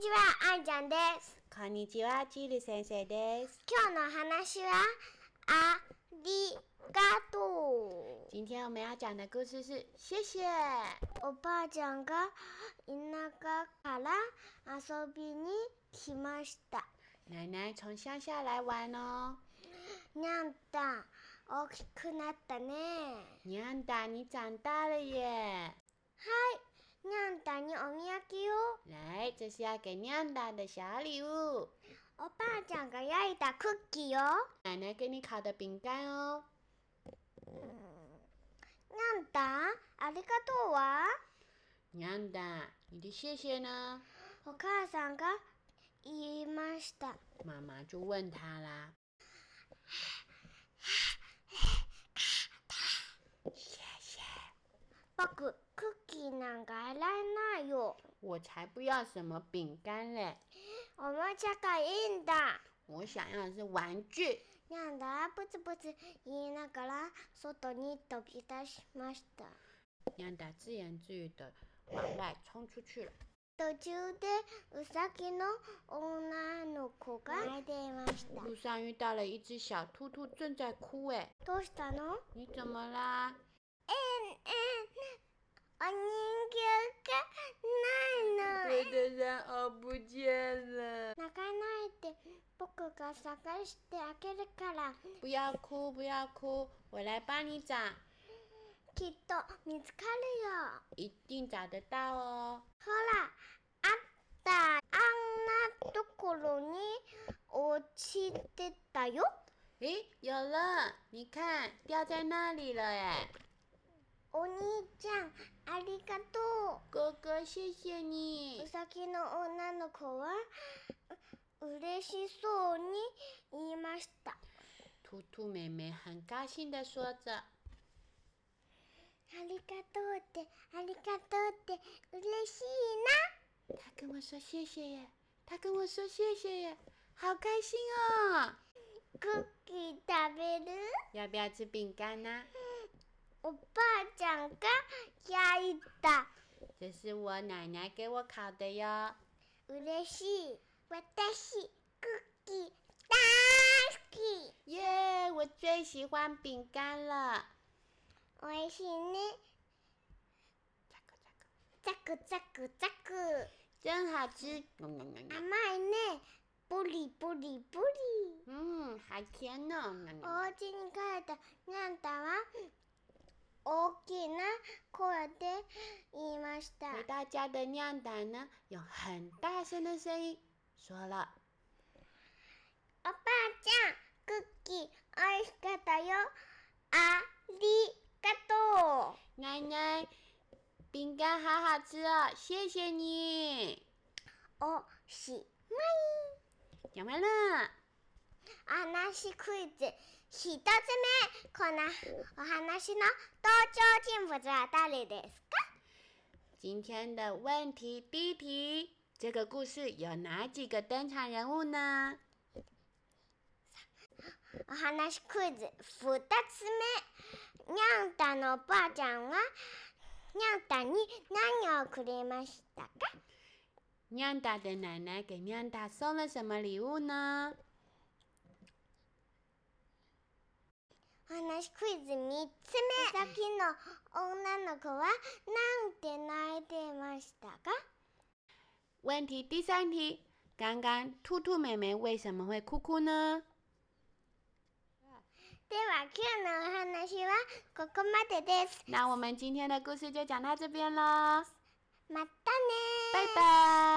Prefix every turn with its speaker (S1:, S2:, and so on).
S1: ちは、あいちゃんです。
S2: こんにちは、チール先生です。
S1: 今日の話は、ありがと
S2: 今天我们要讲的故事是谢谢。
S1: う。おばあちゃんが田舎から遊びに来ました。
S2: 奶奶从乡下来玩哦。
S1: にゃんたん、大きくなったね。は
S2: 你安达，你长大了耶！
S1: い、にゃんたんにお土産を
S2: 来，这是要给你安达的小礼物。
S1: おばあちゃんが焼いたクッキーよ。
S2: 奶奶给你烤的饼干哦。
S1: にゃんたん、ありがとうは
S2: 你安达，你的谢谢呢？
S1: お母さんが言いました。
S2: 妈妈就问他啦。谢谢，
S1: 僕、クッキーなんかいらないよ。
S2: 我才不要什么饼干嘞，
S1: おもちゃがいいんだ。
S2: 我想要的是玩具。
S1: なんだ、ブツブツ言いながら外に飛び出しました。
S2: 尼安达自言自语的往外冲出去了。
S1: 途中でウサギの女の子が泣いていました。
S2: 路上遇到了一只小兔兔，正在哭。哎，
S1: どうしたの
S2: 你怎么啦？
S1: えんえん、お人形がないの。
S2: 我的人偶不见了！
S1: 泣かないで僕が探してあげるから
S2: 不要哭，不要哭，我来帮你找，
S1: きっと見つかるよ。
S2: 一定找得到哦。
S1: ほら、あった。あんなところに落ちてたよ。
S2: 诶，有了！你看，掉在那里了哎。
S1: お兄ちゃん、ありがと
S2: 哥哥，谢谢
S1: う。う
S2: 你。
S1: さぎの女の子は、う嬉しそうに言いました。
S2: 兔兔妹妹很高兴地说着
S1: ありがとうって、ありがとうって、嬉しいな。：“
S2: 她跟我说谢谢耶，她跟我说谢谢耶，好开心哦！
S1: クッキー食べる
S2: 要不要吃饼干呢、
S1: おばあちゃんが焼いた。
S2: 这是我奶奶给我烤的哟。
S1: 嬉しい。私、クッキー、大好き。
S2: 耶、我最喜欢饼干了。
S1: おいしいね。ザクザクザク。
S2: 真好吃。
S1: 甘いね。ブリブリブリ。
S2: 嗯，好甜哦。
S1: お家に帰ったにゃんたは大きな声で言いました。
S2: 回到家的酿蛋呢，用很大声的声音说了
S1: おばあちゃん、クッキーおいしかったよ。ありがとう。：“
S2: 奶奶，饼干好好吃哦，谢谢你。
S1: おしまい。”
S2: 讲完了。
S1: 話クイズ一つ目このお話の登場人物は誰ですか
S2: 今天的问题第一题，这个故事有哪几个登场人物呢？
S1: お話クイズ二つ目にゃんたのおばあちゃんはにゃんたに何をくれましたか
S2: 酿大的奶奶给酿大送了什么礼物呢？
S1: お話クイズ三つ目さっきの女の子はなんて泣いていましたか
S2: 问题第三题，刚刚兔兔妹妹为什么会哭哭呢？
S1: では今日のお話はここまでです
S2: 那我们今天的故事就讲到这边喽，
S1: またねー
S2: 拜拜。